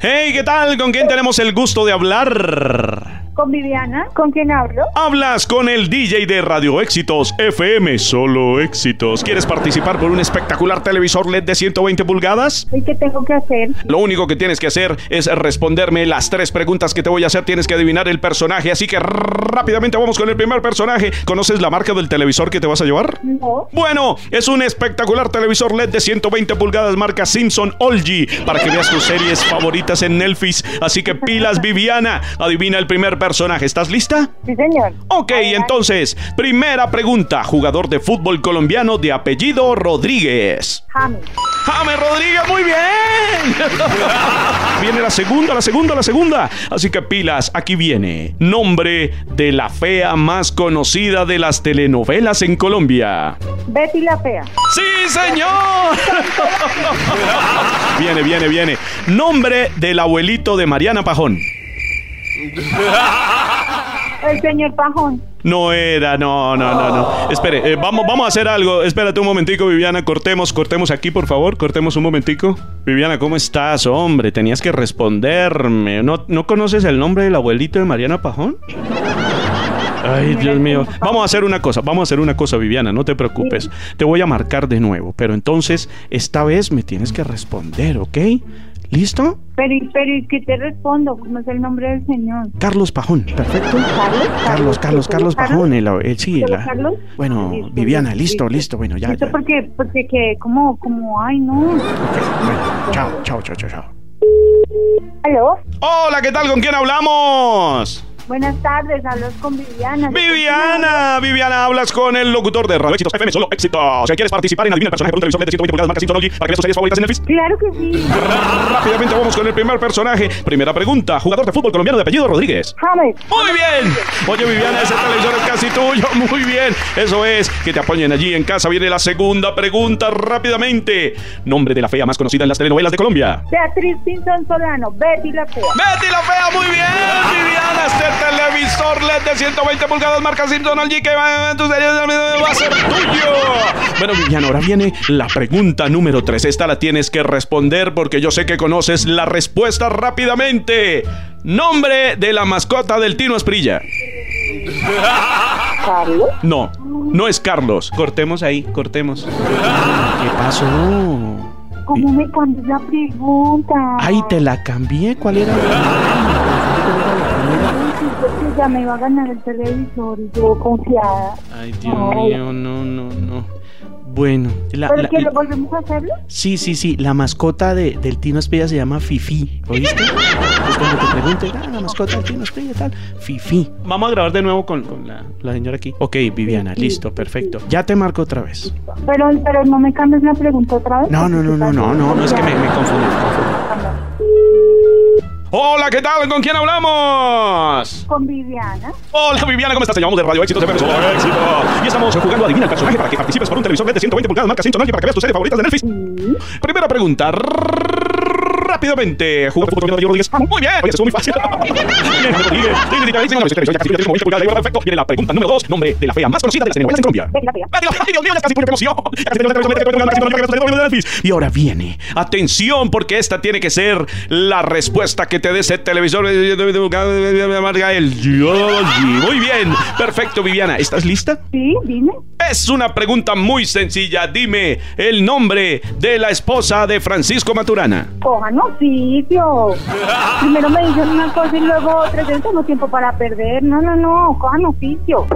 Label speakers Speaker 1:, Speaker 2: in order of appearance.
Speaker 1: Hey, ¿qué tal? ¿Con quién tenemos el gusto de hablar?
Speaker 2: ¿Con Viviana? ¿Con quién hablo?
Speaker 1: Hablas con el DJ de Radio Éxitos FM, solo éxitos. ¿Quieres participar por un espectacular televisor LED de 120 pulgadas?
Speaker 2: ¿Y qué tengo que hacer?
Speaker 1: Lo único que tienes que hacer es responderme las tres preguntas que te voy a hacer. Tienes que adivinar el personaje, así que rápidamente vamos con el primer personaje. ¿Conoces la marca del televisor que te vas a llevar?
Speaker 2: No.
Speaker 1: Bueno, es un espectacular televisor LED de 120 pulgadas marca Simpson Olgi para que veas tus series favoritas en Netflix. Así que pilas, Viviana. Adivina el primer personaje. ¿Estás lista?
Speaker 2: Sí, señor.
Speaker 1: Ok, entonces, primera pregunta. Jugador de fútbol colombiano de apellido Rodríguez.
Speaker 2: James.
Speaker 1: James Rodríguez, muy bien. viene la segunda, la segunda, la segunda. Así que pilas, aquí viene. Nombre de la fea más conocida de las telenovelas en Colombia.
Speaker 2: Betty la fea.
Speaker 1: ¡Sí, señor! viene, viene, viene. Nombre del abuelito de Mariana Pajón.
Speaker 2: El señor Pajón.
Speaker 1: No era, no, no, no, no. Espere, eh, vamos, vamos a hacer algo. Espérate un momentico, Viviana. Cortemos, cortemos aquí, por favor. Cortemos un momentico. Viviana, ¿cómo estás? Hombre, tenías que responderme. ¿No, no conoces el nombre del abuelito de Mariana Pajón? Ay, Dios mío. Vamos a hacer una cosa, vamos a hacer una cosa, Viviana, no te preocupes. Te voy a marcar de nuevo, pero entonces esta vez me tienes que responder, ¿ok? ¿Listo?
Speaker 2: Pero, ¿y- pero ¿y qué te respondo? ¿Cómo es el nombre del señor?
Speaker 1: Carlos Pajón, perfecto.
Speaker 2: ¿Carlos?
Speaker 1: Carlos, Carlos, Carlos Pajón, el, el- sí,
Speaker 2: ¿Solo
Speaker 1: la-
Speaker 2: Carlos?
Speaker 1: bueno,
Speaker 2: Listo,
Speaker 1: Viviana, listo, listo, bueno, ya,
Speaker 2: Listo,
Speaker 1: ya.
Speaker 2: porque, porque que, como, como, ay, no.
Speaker 1: Bueno, chao, chao, chao, chao, chao.
Speaker 2: Aló.
Speaker 1: Hola, ¿qué tal? ¿Con quién hablamos?
Speaker 2: Buenas tardes, hablas con Viviana.
Speaker 1: Viviana, Viviana, hablas con el locutor de Radio Éxitos FM, solo éxitos. Si quieres participar en Adivina el personaje por un televisor LED de 120 pulgadas marca Synology para que veas tus series favoritas en Netflix.
Speaker 2: Claro que sí.
Speaker 1: Rápidamente vamos con el primer personaje. Primera pregunta, jugador de fútbol colombiano de apellido Rodríguez.
Speaker 2: James.
Speaker 1: Muy bien. Oye, Viviana, ese televisor es casi tuyo. Muy bien. Eso es. Que te apoyen allí en casa. Viene la segunda pregunta rápidamente. Nombre de la fea más conocida en las telenovelas de Colombia.
Speaker 2: Beatriz Pinzón Solano. Betty la fea.
Speaker 1: Betty la fea, muy bien, Viviana, este televisor LED de 120 pulgadas marca Simpson LG que va, tu serie va a ser tuyo. Bueno, Viviana, ahora viene la pregunta número 3. Esta la tienes que responder porque yo sé que conoces la respuesta rápidamente. Nombre de la mascota del Tino Esprilla.
Speaker 2: Carlos.
Speaker 1: No, no es Carlos. Cortemos ahí, cortemos. ¿Qué pasó?
Speaker 2: ¿Cómo me cambias la pregunta?
Speaker 1: Ay, te la cambié. ¿Cuál era?
Speaker 2: Porque pues ya me va a ganar el televisor y yo confiada.
Speaker 1: Ay, Dios
Speaker 2: Ay.
Speaker 1: mío, no, no, no. Bueno, la,
Speaker 2: ¿Pero
Speaker 1: la-
Speaker 2: que lo volvemos a hacerlo?
Speaker 1: sí, sí, sí, la mascota de- del Tino Espella se llama Fifi, ¿oíste? Pues cuando te pregunten, ah, la mascota del Tino Espella tal, Fifi. Vamos a grabar de nuevo con, con la, la señora aquí. Ok, Viviana, ah, listo, perfecto. Ya te marco otra vez.
Speaker 2: Pero, pero no me cambies la pregunta otra vez.
Speaker 1: No, no, no, no, no, no, no, es que me, me confundí. me confundí. Hola, ¿qué tal? ¿Con quién hablamos?
Speaker 2: Con Viviana.
Speaker 1: Hola Viviana, ¿cómo estás? Te llamamos de Radio Éxitos FM. Solo éxito. Y estamos jugando Adivina el personaje para que participes por un televisor LED de 120 pulgadas marca Simpson LG para que veas tus series favoritas de Netflix. Primera pregunta. Rápidamente. Jugador de fútbol colombiano, Rodríguez. Muy bien. Oye, eso es muy fácil. Bien, Rodríguez. Sí, sí, sí, sí, sí, sí, sí, sí, sí, sí, sí, sí, sí, sí, sí, sí, sí, sí, sí, Perfecto. Viene la pregunta número dos. Nombre de la fea más conocida de las telenovelas en Colombia.
Speaker 2: Betty la fea.
Speaker 1: Ay, Dios, ay, Dios mío, ya casi puño, qué emoción. Ya casi tengo la televisión, ya casi tengo la televisión, ya casi tengo la televisión. Y ahora viene. Atención, porque esta tiene que ser la respuesta que te dé ese televisor. El Yogi. Muy bien. Perfecto, Viviana. ¿Estás lista?
Speaker 2: Sí, dime.
Speaker 1: Es una pregunta muy sencilla. Dime el nombre de la esposa de Francisco Maturana.
Speaker 2: Cojan sitio. Primero me dices una cosa y luego otra. Yo no tengo tiempo para perder. No, no, no. Cojan oficio.